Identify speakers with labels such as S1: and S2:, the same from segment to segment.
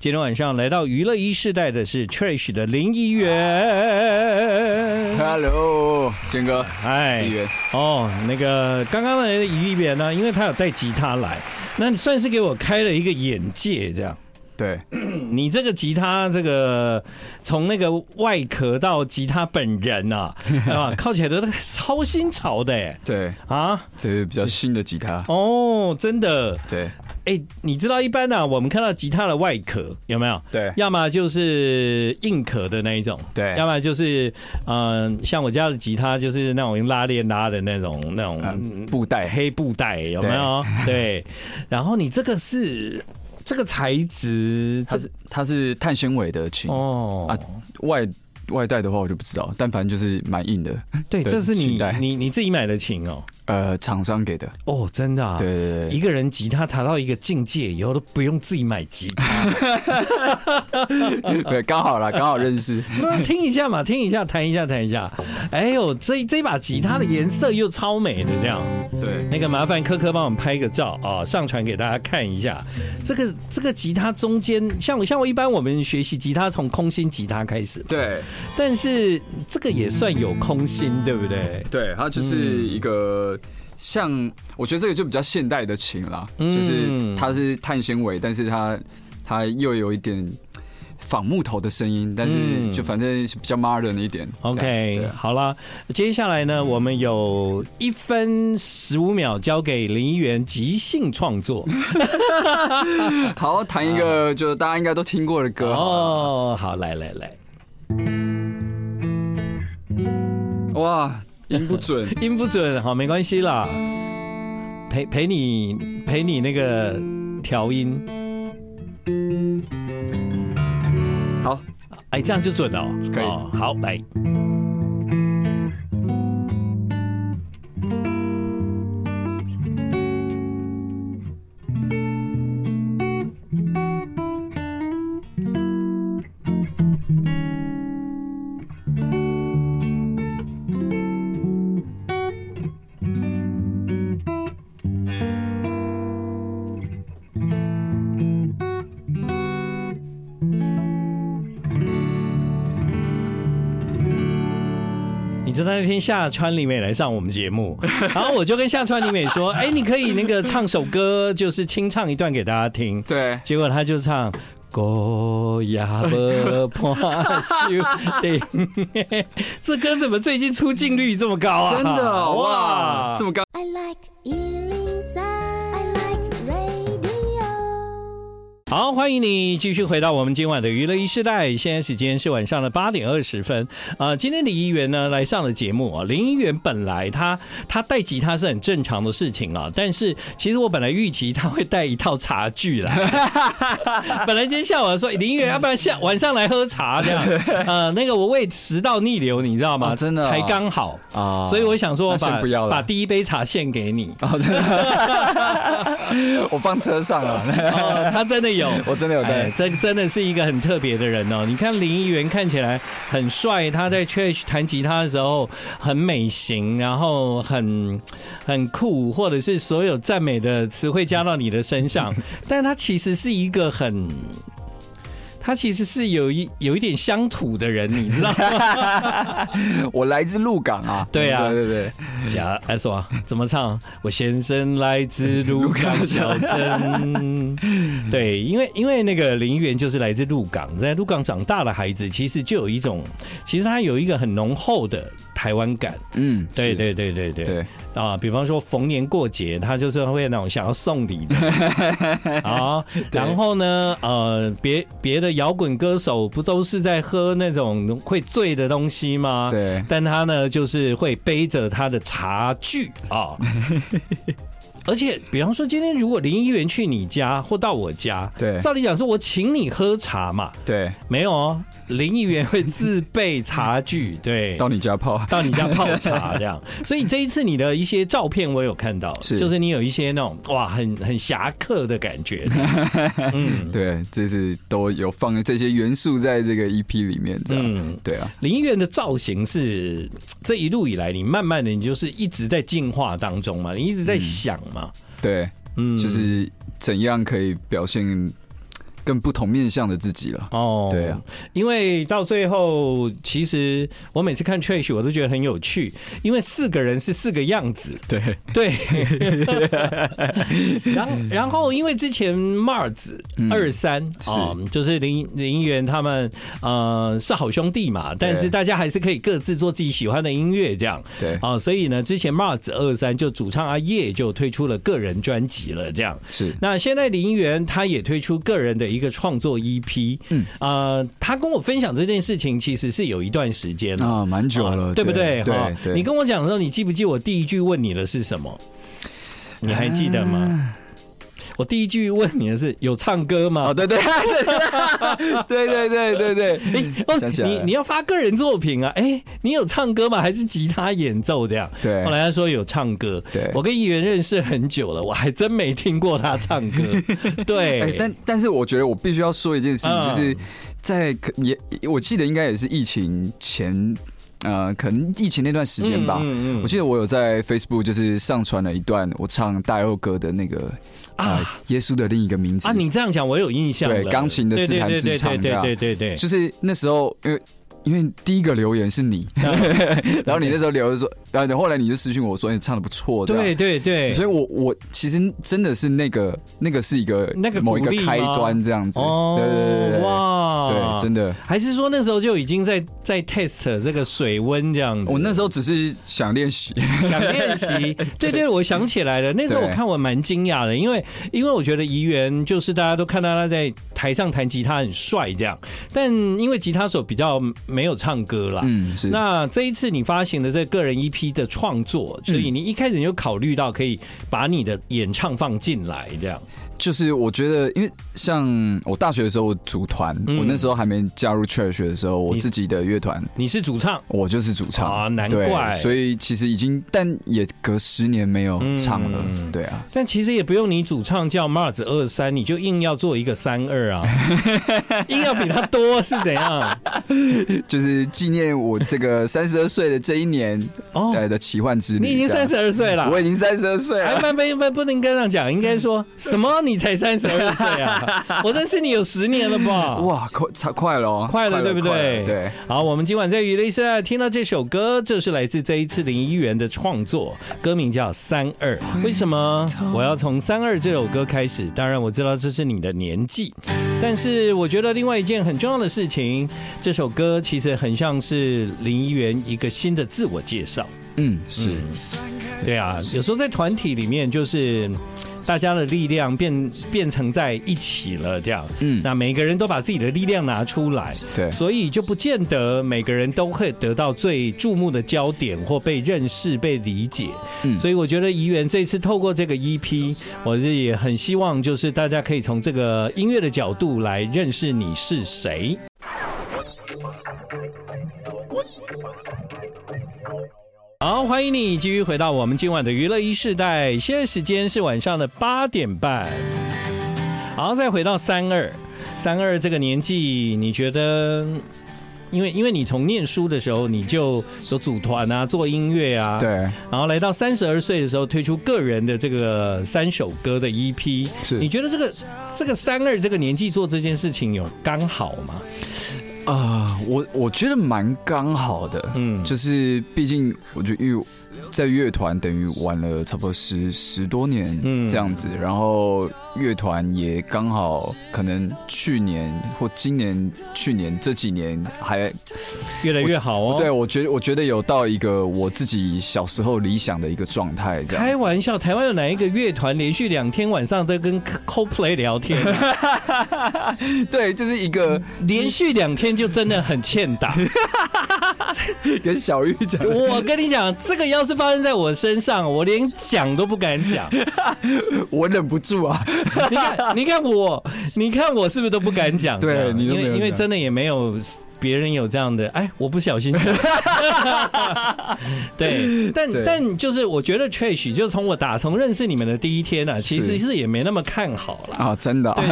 S1: 今天晚上来到娱乐一世代的是 Trash 的林一 元。
S2: Hello，坚哥，
S1: 哎
S2: 志远，
S1: 哦，那个刚刚的一元呢，因为他有带吉他来，那算是给我开了一个眼界。这样，
S2: 对，
S1: 你这个吉他，这个从那个外壳到吉他本人啊， 啊，靠起来都超新潮的哎
S2: 对，
S1: 啊！
S2: 这是比较新的吉他，
S1: 哦，真的，
S2: 对，
S1: 哎，你知道一般呢、我们看到吉他的外壳有没有？
S2: 对
S1: 要么就是硬壳的那一种，
S2: 对
S1: 要么就是嗯、呃像我家的吉他就是那种用拉链拉的那种那种、嗯
S2: 啊布袋，
S1: 黑布袋，有没有？对，然后你这个是这个材质，
S2: 它
S1: 这
S2: 是它是碳纤维的琴，
S1: 哦、
S2: 啊外外带的话我就不知道，但反正就是蛮硬的，
S1: 对，这是
S2: 琴
S1: 你
S2: 带
S1: 你你自己买的琴哦，
S2: 呃，厂商给的，
S1: 哦，真的、啊，
S2: 对。对
S1: 一
S2: 对，
S1: 个人吉他弹到一个境界以后，都不用自己买吉他，
S2: 对，刚好啦，刚好认识，
S1: 那听一下嘛，听一下，弹一下，弹一下。哎呦，这这把吉他的颜色又超美的，这样。
S2: 对，
S1: 那个麻烦科科帮我们拍个照啊、上传给大家看一下。这个这个吉他中间，像我像我一般我们学习吉他从空心吉他开始，
S2: 对
S1: 但是这个也算有空心，对不对？
S2: 对，它就是
S1: 嗯
S2: 一个。像我觉得这个就比较现代的琴啦，
S1: 嗯
S2: 就是它是碳纤维，但是它它又有一点仿木头的声音，但是
S1: 嗯
S2: 就反正是比较 modern 一点。对
S1: OK，
S2: 啊
S1: 好了，接下来呢，我们有一分十五秒交给林一元即兴创 作。
S2: 好，弹一个就大家应该都听过的歌哦。
S1: 哦，好，来来来，
S2: 哇，音不准，
S1: 音不准，好，没关系啦，陪陪你陪你那个调音，
S2: 好，
S1: 哎，这样就准了哦、
S2: 可以
S1: 哦好，来，你知道那天夏川里美来上我们节 目，然后我就跟夏川里美说，哎，你可以那个唱首歌，就是清唱一段给大家听。
S2: 对，
S1: 结果他就唱《歌呀不破袖》，对， 这歌怎么最近出镜率这么高啊？
S2: 真的哦哇，这
S1: 么
S2: 么高，
S3: I like Ealing Sound. I like radio.
S1: 好，欢迎你继续回到我们今晚的娱乐一时代，现在时间是晚上的八点二十分。啊，今天李议员呢来上了节目啊，林议员本来他他带吉他是很正常的事情啊，但是其实我本来预期他会带一套茶具来。 本来今天下午说哎林远，要不然下晚上来喝茶这 样。呃，那个我胃食道逆流，你知道吗？
S2: 哦真的哦
S1: 才刚好
S2: 啊
S1: 所以我想说
S2: 那先
S1: 把
S2: 不要了
S1: 把第一杯茶献给你。
S2: 哦，真的， 我放车上了，
S1: 哦，他真的有，
S2: 我真的有带
S1: 哎，这真的是一个很特别的人哦。你看林议员看起来很帅，他在 church 弹吉他的时候很美型，然后很很酷，或者是所有赞美的词汇加到你的身 上，但他其实是一个很。他其实是有一有一点乡土的人，你知道吗？
S2: 我来自鹿港啊，
S1: 对啊
S2: 对对
S1: 假哎什么怎么唱？我先生来自 鹿港小镇。对，因为因为那个林园就是来自鹿港，在鹿港长大的孩子，其实就有一种，其实他有一个很浓厚的台湾感。
S2: 嗯，
S1: 对
S2: 是
S1: 对对对对。
S2: 对，
S1: 啊，比方说逢年过节，他就是会那种想要送礼 的啊。然后呢，呃，别别的摇滚歌手不都是在喝那种会醉的东西吗？
S2: 对
S1: 但他呢，就是会背着他的茶具啊。啊而且比方说今天如果林议员去你家或到我家，
S2: 对
S1: 照理讲是我请你喝茶嘛，
S2: 对，
S1: 没有哦，林议员会自备茶 具，对。
S2: 到你 家泡，
S1: 到你家泡茶 这样，所以这一次你的一些照片我有看到，
S2: 是
S1: 就是你有一些那种哇，很很侠客的感 觉，嗯
S2: 对，这是都有放这些元素在这个 EP 里面，这样，
S1: 嗯，
S2: 对啊，
S1: 林议员的造型是这一路以来，你慢慢的你就是一直在进化当中嘛，你一
S2: 嗯
S1: 直在想嘛，
S2: 对，
S1: 嗯，
S2: 就是怎样可以表现更不同面向的自己了。
S1: 哦，
S2: 对啊，
S1: 因为到最后，其实我每次看 Trash 我都觉得很有趣，因为四个人是四个样子，
S2: 对，
S1: 对。 然后然后因为之前 Mars
S2: 嗯
S1: 二三
S2: 是
S1: 啊，就是林林议员他们呃是好兄弟嘛，但是大家还是可以各自做自己喜欢的音乐这样。
S2: 对，
S1: 啊、所以呢，之前 Mars 二三就主唱阿叶就推出了个人专辑了，这样。
S2: 是，
S1: 那现在林园他也推出个人的一个创作 EP，
S2: 嗯，
S1: 呃，他跟我分享这件事情其实是有一段时间了，
S2: 啊，蛮久了，
S1: 啊对不对？哈
S2: 对，对
S1: 你跟我讲的时候，你记不记我第一句问你的是什么？你还记得吗？我第一句问你的是有唱歌吗？
S2: 啊哦，对 对对对对对对
S1: 哎哦
S2: 想起来
S1: 你
S2: 了
S1: 你要发个人作品啊？哎、你有唱歌吗？还是吉他演奏这样？
S2: 对
S1: 后来他说有唱歌。
S2: 对
S1: 我跟议员认识很久了，我还真没听过他唱 歌。对，
S2: 哎，但但是我觉得我必须要说一件事情，
S1: 嗯
S2: 就是在可也我记得应该也是疫情前，呃，可能疫情那段时间吧。
S1: 嗯
S2: 我记得我有在 Facebook 就是上传了一段我唱大佑哥的那个啊、呃
S1: 啊
S2: 耶稣的另一个名字
S1: 啊，你这样讲我有印象了
S2: 对钢琴的自弹自唱
S1: 对
S2: 这样
S1: 对对对对对对
S2: 就是那时候因为因为第一个留言是你，
S1: 啊
S2: 然后你那时候留言说，然后后来你就私信我说你唱的不错，这样
S1: 对对对
S2: 啊
S1: 对。
S2: 所以我，我其实真的是那个那个是一个
S1: 那个
S2: 某一
S1: 鼓
S2: 个
S1: 励吗
S2: 开端这样子，
S1: 哦，
S2: 对对对对
S1: 哇，
S2: 对，真
S1: 的。
S2: 的。
S1: 还是说那时候就已经在在 test 这个水温这样子？
S2: 我那时候只是想练习，
S1: 想 练 习。对对，我想起来了，那时候我看我蛮惊讶的，因为因为我觉得怡园就是大家都看到他在台上弹吉他很帅这样，但因为吉他手比较没有唱歌啦。
S2: 嗯， 是
S1: 那这一次你发行的这个人 EP 的创作，所
S2: 嗯
S1: 以你一开始你就考虑到可以把你的演唱放进来，这样
S2: 就是我觉得，因为像我大学的时候我组团，
S1: 嗯
S2: 我那时候还没加入 church 的时候，我
S1: 你
S2: 自己的乐团
S1: 你是主唱，
S2: 我就是主唱
S1: 啊难
S2: 对
S1: 怪
S2: 所以其实已经，但也隔十年没有唱了，
S1: 嗯
S2: 对啊，
S1: 但其实也不用你主唱叫 Mars 二三，你就硬要做一个三二 啊，硬要比他多是怎样？
S2: 就是纪念我 这个三十二岁的这一年
S1: 哦，
S2: 呃的奇幻之旅。
S1: 你已经
S2: 这样
S1: 三十，二岁了，
S2: 我已经三十二岁
S1: 哎，
S2: 了。
S1: 不不不，不能跟上讲，应该 说什么？你才三十二岁啊！我认识你有十年了吧？哇！
S2: 哇，快差快了哦，
S1: 快了对不对
S2: 快了对，
S1: 好，我们今晚在娱乐时代听到这首歌，就是来自这一次林一元的创作，歌名叫《三二》。为什么我要从《三二》这首歌开始？当然我知道这是你的年纪，但是我觉得另外一件很重要的事情，这首歌其实很像是林一元一个新的自我介绍。
S2: 嗯，是
S1: 嗯，对啊，有时候在团体里面，就是大家的力量变变成在一起了，这样，
S2: 嗯
S1: 那每个人都把自己的力量拿出来，
S2: 对
S1: 所以就不见得每个人都会得到最注目的焦点或被认识、被理解。
S2: 嗯
S1: 所以我觉得怡园这次透过这个 EP，我是也很希望就是大家可以从这个音乐的角度来认识你是谁。好，欢迎你继续回到我们今晚的娱乐一世代，现在时间是晚上的八点半。好，再回到三二，三二这个年纪，你觉得？因为因为你从念书的时候你就有组团啊，做音乐啊，
S2: 对，
S1: 然后来到三十二岁的时候推出个人的这个三首歌的 EP，
S2: 是
S1: 你觉得这个这个三二这个年纪做这件事情有刚好吗？
S2: 啊、我我觉得蛮刚好的，
S1: 嗯
S2: 嗯，就是毕竟我觉得因为在乐团等于玩了差不多十十多年
S1: 嗯
S2: 这样子，然后乐团也刚好可能去年或今年、去年这几年还、
S1: 越来越好哦。
S2: 对我觉得我觉得有到一个我自己小时候理想的一个状态这样
S1: 开
S2: 子。
S1: 玩笑，台湾有哪一个乐团连续两天晚上都跟 CoPlay 聊天、 啊，
S2: 对，就是一个
S1: 连续两天就真的很欠打。
S2: 跟小玉讲，
S1: 我跟你讲，这个要是发生在我身上，我连讲都不敢 讲。
S2: 我忍不住啊。
S1: 你看，你看我，你看我是不是都不敢讲？
S2: 对
S1: 这样
S2: 你都
S1: 因
S2: 没有
S1: 为因为
S2: 讲
S1: 真的也没有别人有这样的，哎，我不小 心讲。对，但
S2: 对
S1: 但就是我觉得 Trash 就从我打从认识你们的第一天啊，其实
S2: 是
S1: 是也没那么看好啦。
S2: 啊，真的、啊，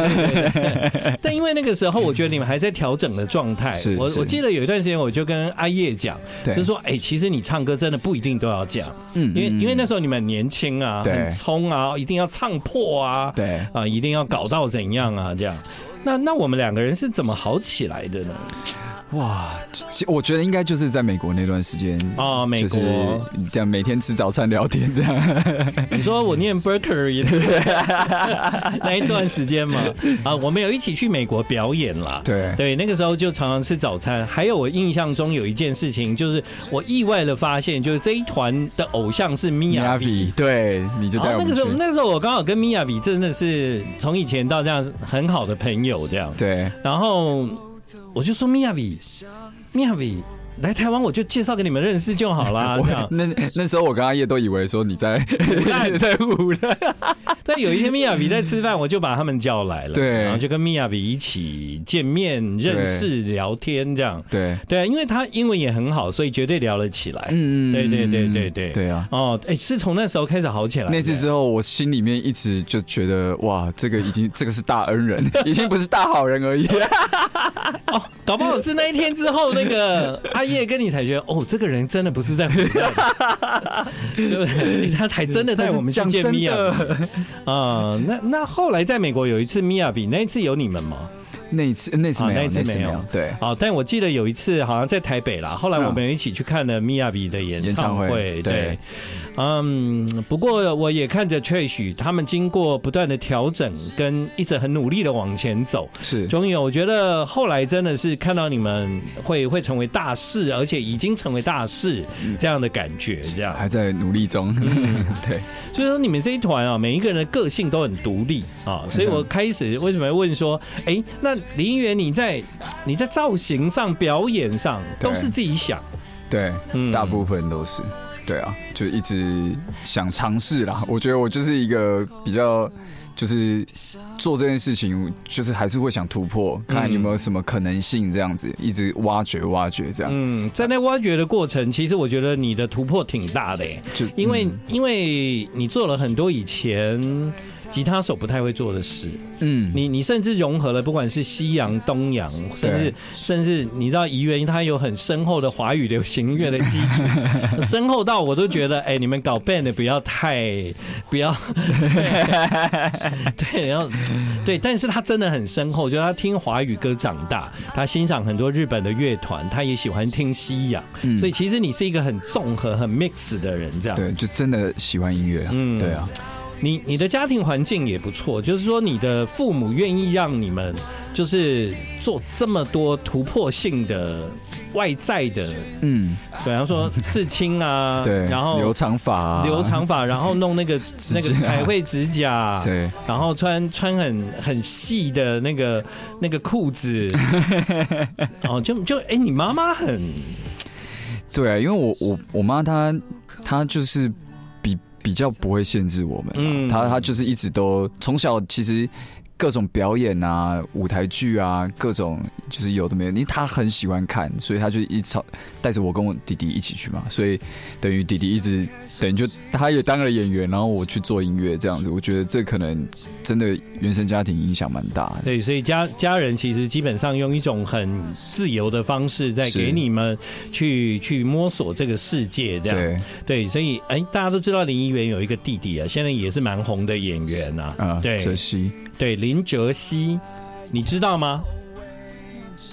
S1: 但因为那个时候，我觉得你们还在调整的状态
S2: 是。
S1: 我
S2: 是
S1: 我记得有一段时间，我就跟阿叶讲，
S2: 对
S1: 就说：“哎、其实你唱歌真的不一定都要讲，
S2: 嗯
S1: 因为
S2: 嗯
S1: 因为那时候你们很年轻啊，
S2: 对
S1: 很冲啊，一定要唱破啊，
S2: 对
S1: 啊，一定要搞到怎样啊，这样。那那我们两个人是怎么好起来的呢？
S2: 哇，其我觉得应该就是在美国那段时间
S1: 哦美国
S2: 就是这样每天吃早餐聊天这样，
S1: 你说我念 Berkeley 的那一段时间嘛，啊，我们有一起去美国表演啦。
S2: 对
S1: 对，那个时候就常常吃早餐。还有我印象中有一件事情，就是我意外的发现，就是这一团的偶像是米娅比。
S2: 比对，你就
S1: 然
S2: 带
S1: 后那
S2: 我们
S1: 个
S2: 去
S1: 时候，，那个时候我刚好跟米娅比真的是从以前到这样很好的朋友这样。
S2: 对
S1: 然后我就说米娅比，米娅比来台湾我就介绍给你们认识就好啦。啊这样
S2: 我，那那时候我跟阿叶都以为说你在 在胡乱，
S1: 但有一天米娅比在吃饭，我就把他们叫来了，
S2: 对
S1: 然后就跟米娅比一起见面、认识、聊天这样。
S2: 对，
S1: 对啊，因为他英文也很好，所以绝对聊了起来。
S2: 嗯
S1: 对对对对对
S2: 对啊。
S1: 哦，哎，是从那时候开始好起来的。
S2: 那次之后，我心里面一直就觉得，哇，这个已经这个是大恩人， 已经不是大好人而已。
S1: 哦，搞不好是那一天之后，那个阿叶跟你才觉得，哦，这个人真的不是在胡乱，对不对？他才真的带我们去见米娅比啊、那那后来在美国有一次米娅比，那一次有你们吗？
S2: 那一次那一次
S1: 啊
S2: 没有，
S1: 那一次没有
S2: 对，
S1: 哦，但我记得有一次好像在台北啦，后来我们一起去看了米娅比的演唱
S2: 演唱
S1: 会，对
S2: 会对，
S1: 嗯，不过我也看着 Trash 他们经过不断的调整跟一直很努力的往前走，
S2: 是
S1: 终于，我觉得后来真的是看到你们会会成为大事，而且已经成为大事
S2: 嗯
S1: 这样的感觉，这样。
S2: 还在努力中。
S1: 嗯
S2: 对，
S1: 所以说你们这一团啊，每一个人的个性都很独立啊，所以我开始为什么会问说，哎、那林园你在你在造型上、表演上
S2: 对
S1: 都是自己想，
S2: 对，
S1: 嗯
S2: 大部分都是，对啊，就一直想尝试啦。我觉得我就是一个比较，就是做这件事情，就是还是会想突破，看有没有什么可能性，这样子一直挖掘挖掘，这样、
S1: 嗯，在那挖掘的过程，其实我觉得你的突破挺大的、欸，
S2: 就
S1: 因为、因为你做了很多以前吉他手不太会做的事，
S2: 嗯
S1: 你你甚至融合了不管是西洋、东洋，甚至甚至你知道怡园它有很深厚的华语流行音乐的基础， 深厚到我都觉得，哎、你们搞 band 的不要太不 要，对，然后对，但是他真的很深厚，就是他听华语歌长大，他欣赏很多日本的乐团，他也喜欢听西洋，
S2: 嗯
S1: 所以其实你是一个很综合、很 mix 的人，这样。
S2: 对，就真的喜欢音乐、啊，
S1: 嗯
S2: 对啊，
S1: 你你的家庭环境也不错，就是说你的父母愿意让你们就是做这么多突破性的外在的，
S2: 嗯，
S1: 比方说刺青啊，
S2: 对，
S1: 然后
S2: 留长发、啊，
S1: 留长发，然后弄那 个那
S2: 甲
S1: 个彩绘指甲，
S2: 对，
S1: 然后穿穿很很细的那个那个裤 子，哦，就就哎、你妈妈很
S2: 对啊，因为我我我妈她她就是比比较不会限制我们、啊，
S1: 嗯
S2: 她她就是一直都从小其实各种表演啊、舞台剧啊、各种就是有的没有，因为她很喜欢看，所以她就一直带着我跟我弟弟一起去嘛，所以等于弟弟一直等于就他也当了演员，然后我去做音乐这样子，我觉得这可能真的原生家庭影响蛮大的，
S1: 对，所以家家人其实基本上用一种很自由的方式，在
S2: 是
S1: 给你们去去摸索这个世界，这样
S2: 对，
S1: 对啊所以哎，大家都知道林一元有一个弟弟啊，现在也是蛮红的演员啊，
S2: 啊、
S1: 对
S2: 哲熙，
S1: 对，林哲熙，你知道吗？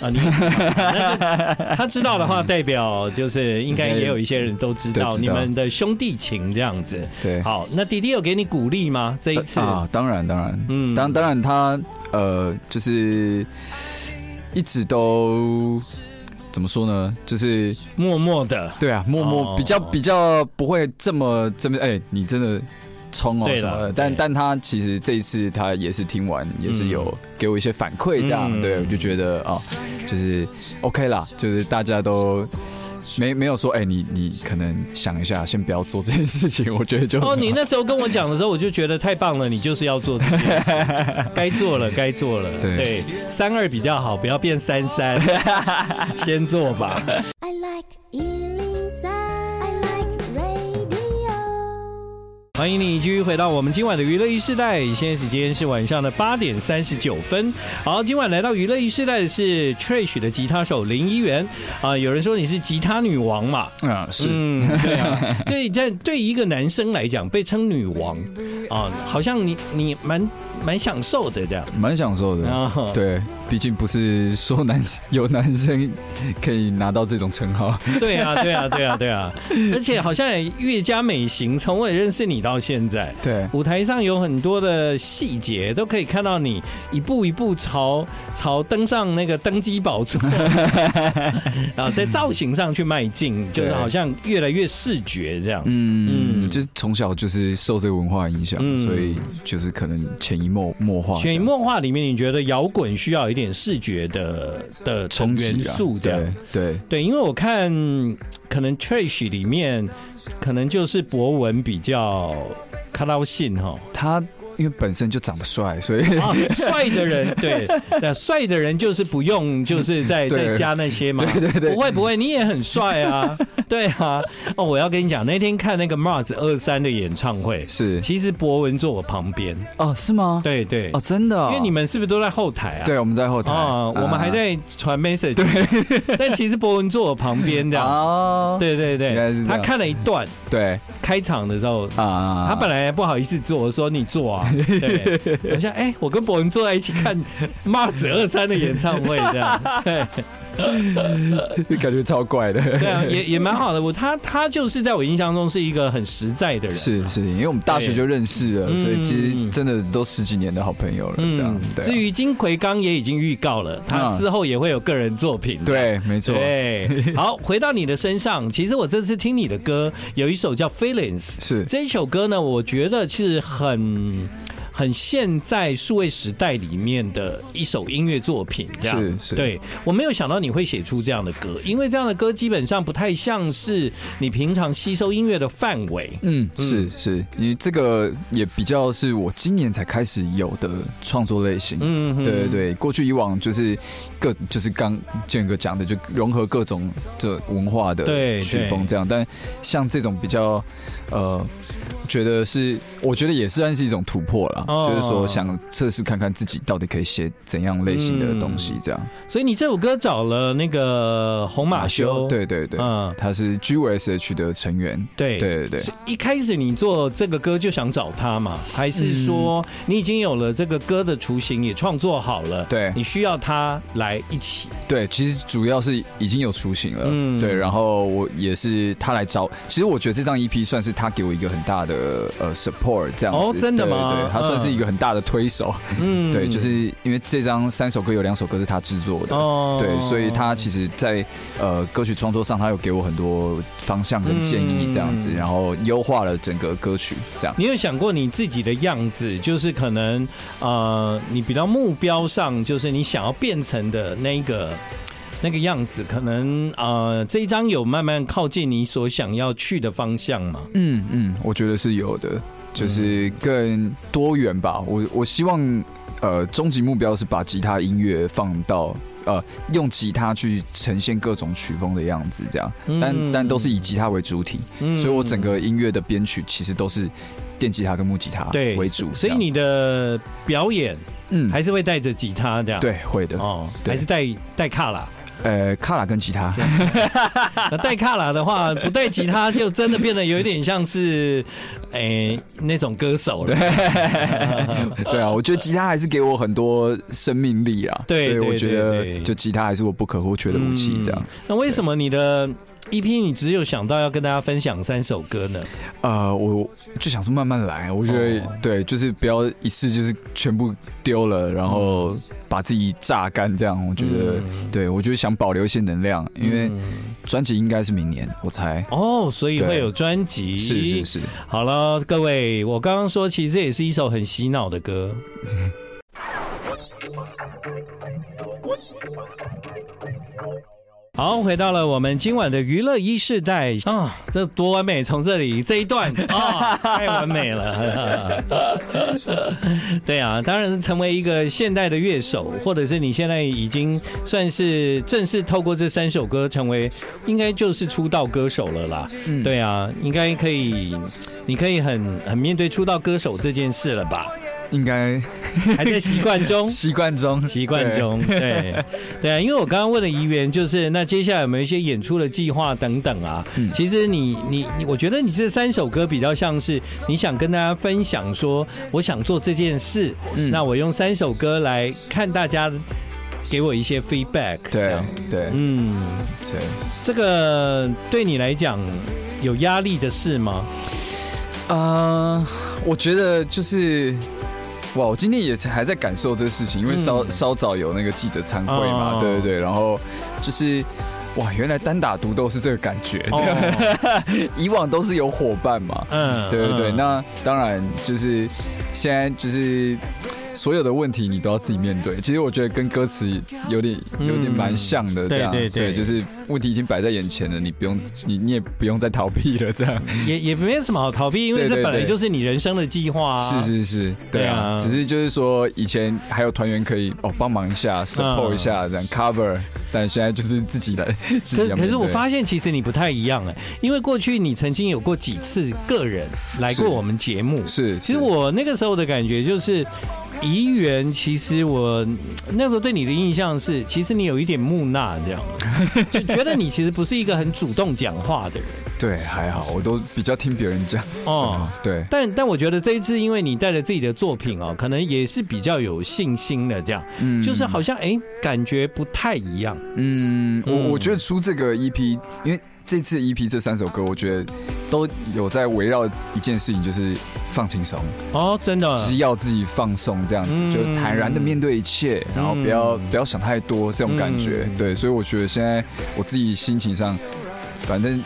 S1: 啊，你 那就他知道的 话，代表就是应该也有一些人都知道
S2: 都知道
S1: 你们的兄弟情这样子。
S2: 对，
S1: 好，那弟弟有给你鼓励吗？这一次，
S2: 啊，当然当然，
S1: 嗯
S2: 当当然他呃，就是一直都怎么说呢？就是
S1: 默默的，
S2: 对啊，默默
S1: 哦
S2: 比较、比较不会这么这么哎、你真的冲哦
S1: 对
S2: 什么
S1: 啦
S2: 的。
S1: 对
S2: 但但他其实这一次他也是听完，也是有给我一些反馈，这样、
S1: 嗯
S2: 对我就觉得啊、就是 OK 啦，就是大家都没没有说哎、你你可能想一下，先不要做这件事情，我觉得就
S1: 哦，你那时候跟我讲的时候，我就觉得太棒了，你就是要做这件事情， 该做了，该做了。
S2: 对
S1: 对，三二比较好，不要变三三，先做 吧。
S3: I like Ealing Sound. I like radio.
S1: 欢迎你继续回到我们今晚的娱乐一世代，现在时间是晚上的八点三十九分。好，今晚来到娱乐一世代的是 Trish 的吉他手林一元啊、有人说你是吉他女王嘛？
S2: 嗯是
S1: 嗯，对 啊，对，在对一个男生来讲，被称女王啊、好像你你蛮蛮享受的这样。
S2: 蛮享受的。
S1: 啊，
S2: 对，毕竟不是说男生有男生可以拿到这种称号，
S1: 对啊，对啊，对啊，对啊，而且好像也越加美型，从我认识你到现在，
S2: 对，
S1: 舞台上有很多的细节都可以看到你一步一步朝朝登上那个登基宝 座，然后在造型上去迈进，就是
S2: 对
S1: 好像越来越视觉这样。
S2: 嗯，
S1: 嗯
S2: 就是从小就是受这个文化影响，
S1: 嗯
S2: 所以就是可能潜移默默化这样，
S1: 潜移默化里面，你觉得摇滚需要一点视觉的的
S2: 冲击啊
S1: 元素这样？
S2: 对对，
S1: 对，因为我看可能 Trash 里面，可能就是博文比较看到信哈。
S2: 他因为本身就长不帅，所以
S1: 啊，帅的人 对，那帅的人就是不用，就是在
S2: 对
S1: 在加那些嘛。
S2: 对对对
S1: 不会不会，你也很帅啊， 对啊。哦，我要跟你讲，那天看那个 Mars 二三的演唱会，
S2: 是
S1: 其实博文坐我旁边，
S2: 哦是吗？
S1: 对对，
S2: 哦真的哦，
S1: 因为你们是不是都在后台啊？
S2: 对我们在后台啊
S1: 哦，我们还在传 message，对， 但其实博文坐我旁边这样，
S2: 啊，
S1: 对对
S2: 原来是
S1: 对，
S2: 这
S1: 他
S2: 样
S1: 看了一段
S2: 对
S1: 开场的时候，
S2: 啊，
S1: 他本来不好意思坐，我说你坐 啊。对，我想哎、我跟博文坐在一起看 Mars 二三的演唱会，这样 对
S2: 感觉超怪的。
S1: 对啊，也也蛮好的。我他他就是在我印象中是一个很实在的人，
S2: 是是，因为我们大学
S1: 对
S2: 就认识了，所以其
S1: 嗯
S2: 实真的都十几年的好朋友了，这样。对啊
S1: 至于金奎刚也已经预告了，他
S2: 嗯
S1: 之后也会有个人作品。。
S2: 对，没错，
S1: 对，好，回到你的身上，其实我这次听你的歌，有一首叫《Feelings》，
S2: 是
S1: 这一首歌呢，我觉得是很很现在数位时代里面的一首音乐作品，这样
S2: 是是
S1: 对我没有想到你会写出这样的歌，因为这样的歌基本上不太像是你平常吸收音乐的范围。
S2: 嗯，是是，因为这个也比较是我今年才开始有的创作类型。
S1: 嗯哼
S2: 对对对，过去以往就是各就是刚建哥讲的，就融合各种这文化
S1: 对
S2: 的曲
S1: 对
S2: 风这样。但像这种比较，呃，觉得是我觉得也算是一种突破啦，
S1: 哦
S2: 就是说想测试看看自己到底可以写怎样类型的东
S1: 嗯
S2: 西这样。
S1: 所以你这首歌找了那个红马修，，
S2: 对对对，
S1: 嗯，
S2: 他是 GUSH 的成员。
S1: 对
S2: 对。对对。
S1: 所以一开始你做这个歌就想找他嘛？还是
S2: 嗯
S1: 说你已经有了这个歌的雏形，也创作好了？
S2: 对
S1: 你需要他来一起。
S2: 对，其实主要是已经有雏形了，
S1: 嗯
S2: 对，然后我也是他来找，其实我觉得这张 EP 算是他给我一个很大的呃 support 这样子，
S1: 哦真的吗
S2: 对对对，他算是一个很大的推手，
S1: 嗯
S2: 对，就是因为这张三首歌有两首歌是他制作的。
S1: 哦
S2: 对，所以他其实在，呃歌曲创作上，他有给我很多方向跟建议，这样子，
S1: 嗯
S2: 然后优化了整个歌曲，这样。
S1: 你有想过你自己的样子，就是可能呃，你比较目标上，就是你想要变成的那个那个样子，可能呃，这一张有慢慢靠近你所想要去的方向吗？
S2: 嗯嗯，我觉得是有的，就是更多元吧。我我希望，呃，终极目标是把吉他音乐放到。呃，用吉他去呈现各种曲风的样子，这样，但但都是以吉他为主体，
S1: 嗯
S2: 所以我整个音乐的编曲其实都是电吉他跟木吉他
S1: 对
S2: 为主，
S1: 所以
S2: 这样子
S1: 你的表演
S2: 嗯
S1: 还是会带着吉他这样。。
S2: 对会的，
S1: 哦，
S2: 对
S1: 还是带带卡拉。
S2: 呃，卡拉跟吉他，
S1: 那带卡拉的话，不带吉他就真的变得有一点像是， 诶、那种歌手了。
S2: 对啊，我觉得吉他还是给我很多生命力啊，
S1: 对
S2: 所以我
S1: 对
S2: 觉
S1: 对对
S2: 得就吉他还是我不可或缺的武器，这样。
S1: 那为什么你的 EP 你只有想到要跟大家分享三首歌呢？
S2: 呃，我就想说慢慢来，我觉得、
S1: 哦
S2: 对，就是不要一次就是全部丢了，然后把自己榨干这样。我觉得，
S1: 嗯
S2: 对我觉得想保留一些能量，因为
S1: 嗯
S2: 专辑应该是明年，我猜。
S1: 哦，所以
S2: 对
S1: 会有专辑。
S2: 是是是，
S1: 好了，各位，我刚刚说，其实这也是一首很洗脑的歌。好，回到了我们今晚的娱乐一世代啊、这多完美！从这里这一段啊、太完美了。对啊，当然成为一个现代的乐手，或者是你现在已经算是正式透过这三首歌成为，应该就是出道歌手了啦。
S2: 嗯
S1: 对啊，应该可以，你可以很很面对出道歌手这件事了吧？
S2: 应该。
S1: 还在习惯中
S2: 习惯中，
S1: 习惯中，对对啊，因为我刚刚问了怡园，就是那接下来有没有一些演出的计划等等啊？
S2: 嗯
S1: 其实你你你，我觉得你这三首歌比较像是你想跟大家分享说，我想做这件事，
S2: 嗯
S1: 那我用三首歌来看大家给我一些 feedback。这
S2: 对
S1: 样，
S2: 对对
S1: 嗯，
S2: 对，
S1: 这个对你来讲有压力的事吗？
S2: 啊，我觉得就是。哇，我今天也还在感受这个事情，因为稍、
S1: 嗯
S2: 稍早有那个记者参会
S1: 哦
S2: 嘛，对对对，然后就是哇，原来单打独斗是这个感觉，
S1: 哦，
S2: 以往都是有伙伴嘛，
S1: 嗯
S2: 对对对，
S1: 嗯
S2: 那当然就是现在就是所有的问题你都要自己面对。其实我觉得跟歌词有点有点
S1: 嗯
S2: 蛮像的，这样
S1: 对对对
S2: 就是问题已经摆在眼前了，你不用你你也不用再逃避了，这样。
S1: 也也没有什么好逃避，因为
S2: 对
S1: 这
S2: 嗯对
S1: 本来
S2: 对
S1: 就是你人生的计划啊。
S2: 是是是，对
S1: 对啊
S2: 啊，只是就是说以前还有团员可以哦帮忙一下，support 一下这样 cover，但现在就是自己来自
S1: 嗯
S2: 己
S1: 可
S2: 要面
S1: 可
S2: 对。
S1: 是我发现其实你不太一样哎、因为过去你曾经有过几次个人来过
S2: 是
S1: 我们节目，
S2: 是，
S1: 其实
S2: 是
S1: 我那个时候的感觉就是。怡园，其实我嗯那时候对你的印象是，其实你有一点木讷这 样，就觉得你其实不是一个很主动讲话的人
S2: 对还好，我都比较听别人讲
S1: 哦。
S2: 对。
S1: 但但我觉得这一次，因为你带了自己的作品哦，可能也是比较有信心的这样，
S2: 嗯
S1: 就是好像哎、感觉不太一样。
S2: 嗯，
S1: 嗯
S2: 我我觉得出这个 EP，因为这次 EP 这三首歌，我觉得都有在围绕一件事情，就是放轻松，
S1: 哦，真的，
S2: 就是要自己放松这样子，
S1: 嗯
S2: 就坦然的面对一切，然后不要、不要想太多这种感觉。
S1: 嗯
S2: 对，所以我觉得现在我自己心情上，反正。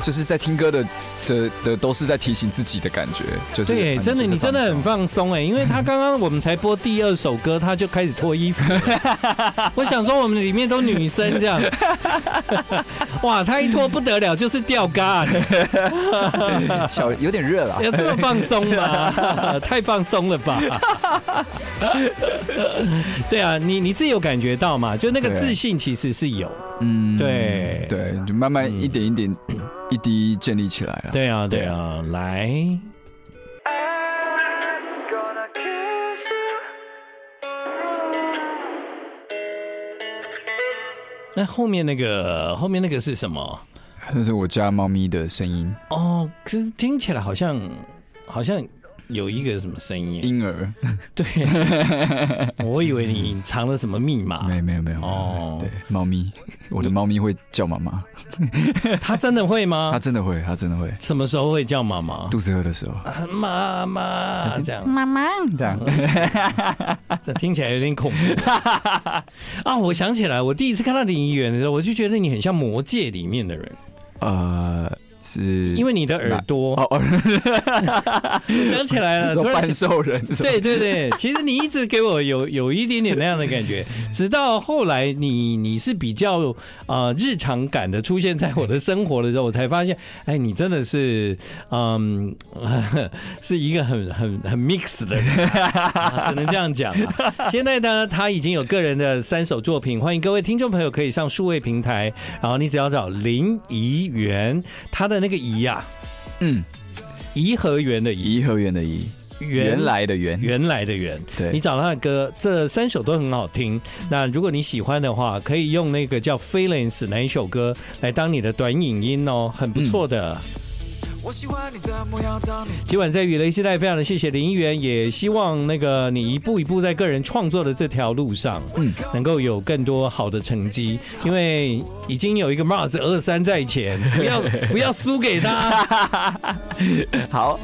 S2: 就是在听歌的的的都是在提醒自己的感觉，就是
S1: 对，
S2: 反
S1: 真的，
S2: 正就是
S1: 你真的
S2: 放松嗯
S1: 很放松哎，因为他刚刚我们才播第二首歌，他就开始脱衣 服了。我想说，我们里面都女生这样，哇，他一脱不得了，就是吊嘎，欸
S2: 小 有 点热了，
S1: 有这么放松 吗？太放松了吧？对啊，你你自己有感觉到嘛？就那个
S2: 对啊
S1: 自信其实是有，
S2: 嗯，
S1: 对
S2: 对，就慢慢一点一点、一滴建立起来了。
S1: 嗯对啊，对啊，来，
S4: I'm gonna kiss you.
S1: 那后面那个后面那个是什么？
S2: 那是我家猫咪的声音，
S1: 哦，可是听起来好像好像有一个什么声音，
S2: 婴儿。
S1: 对，我以为你隐藏了什么密码，
S2: 没有没有没有
S1: 哦啊
S2: 哦，对，猫咪，我的猫咪会叫妈妈，
S1: 他真的会
S2: 它
S1: 吗？
S2: 真的会，它真的会，
S1: 什么时候会叫妈妈？
S2: 肚子饿的时候，
S1: 啊妈妈啊这样，嗯
S3: 妈妈，
S2: 这 样，
S1: 这听起来有点恐怖 啊！我想起来，我第一次看到林一元的时候，我就觉得你很像《魔戒》里面的人，
S2: 呃，是
S1: 因为你的耳朵。
S2: 哦，
S1: 我想起来 了，
S2: 都
S1: 呃突然
S2: 半兽人，是吧，
S1: 对对对， 其实你一直给我有有一点点那样的感 觉，直到后来你你是比较呃日常感的出现在我的生活的时候，我才发现，哎，你真的是嗯 是一个很很很 mix 的人、啊只能这样讲、 啊。现在呢，他已经有个人的三首作品，欢迎各位听众朋友可以上数位平台，然后你只要找林怡园，他的那个怡啊，
S2: 嗯，
S1: 颐和园的怡，
S2: 颐和园的颐，原来的原，
S1: 原来的原。你
S2: 对，
S1: 找他的歌，这三首都很好听。那如果你喜欢的话，可以用那个叫《Feelings》那一首歌来当你的短影音哦，很不错的。
S2: 嗯
S5: 我喜欢你的模样，当你
S1: 今晚在雨雷时代，非常的谢谢林一元，也希望那个你一步一步在个人创作的这条路上，嗯
S2: 嗯，
S1: 能够有更多好的成绩，因为已经有一个 Mars 二三在前，不要不要输给他。
S2: 好。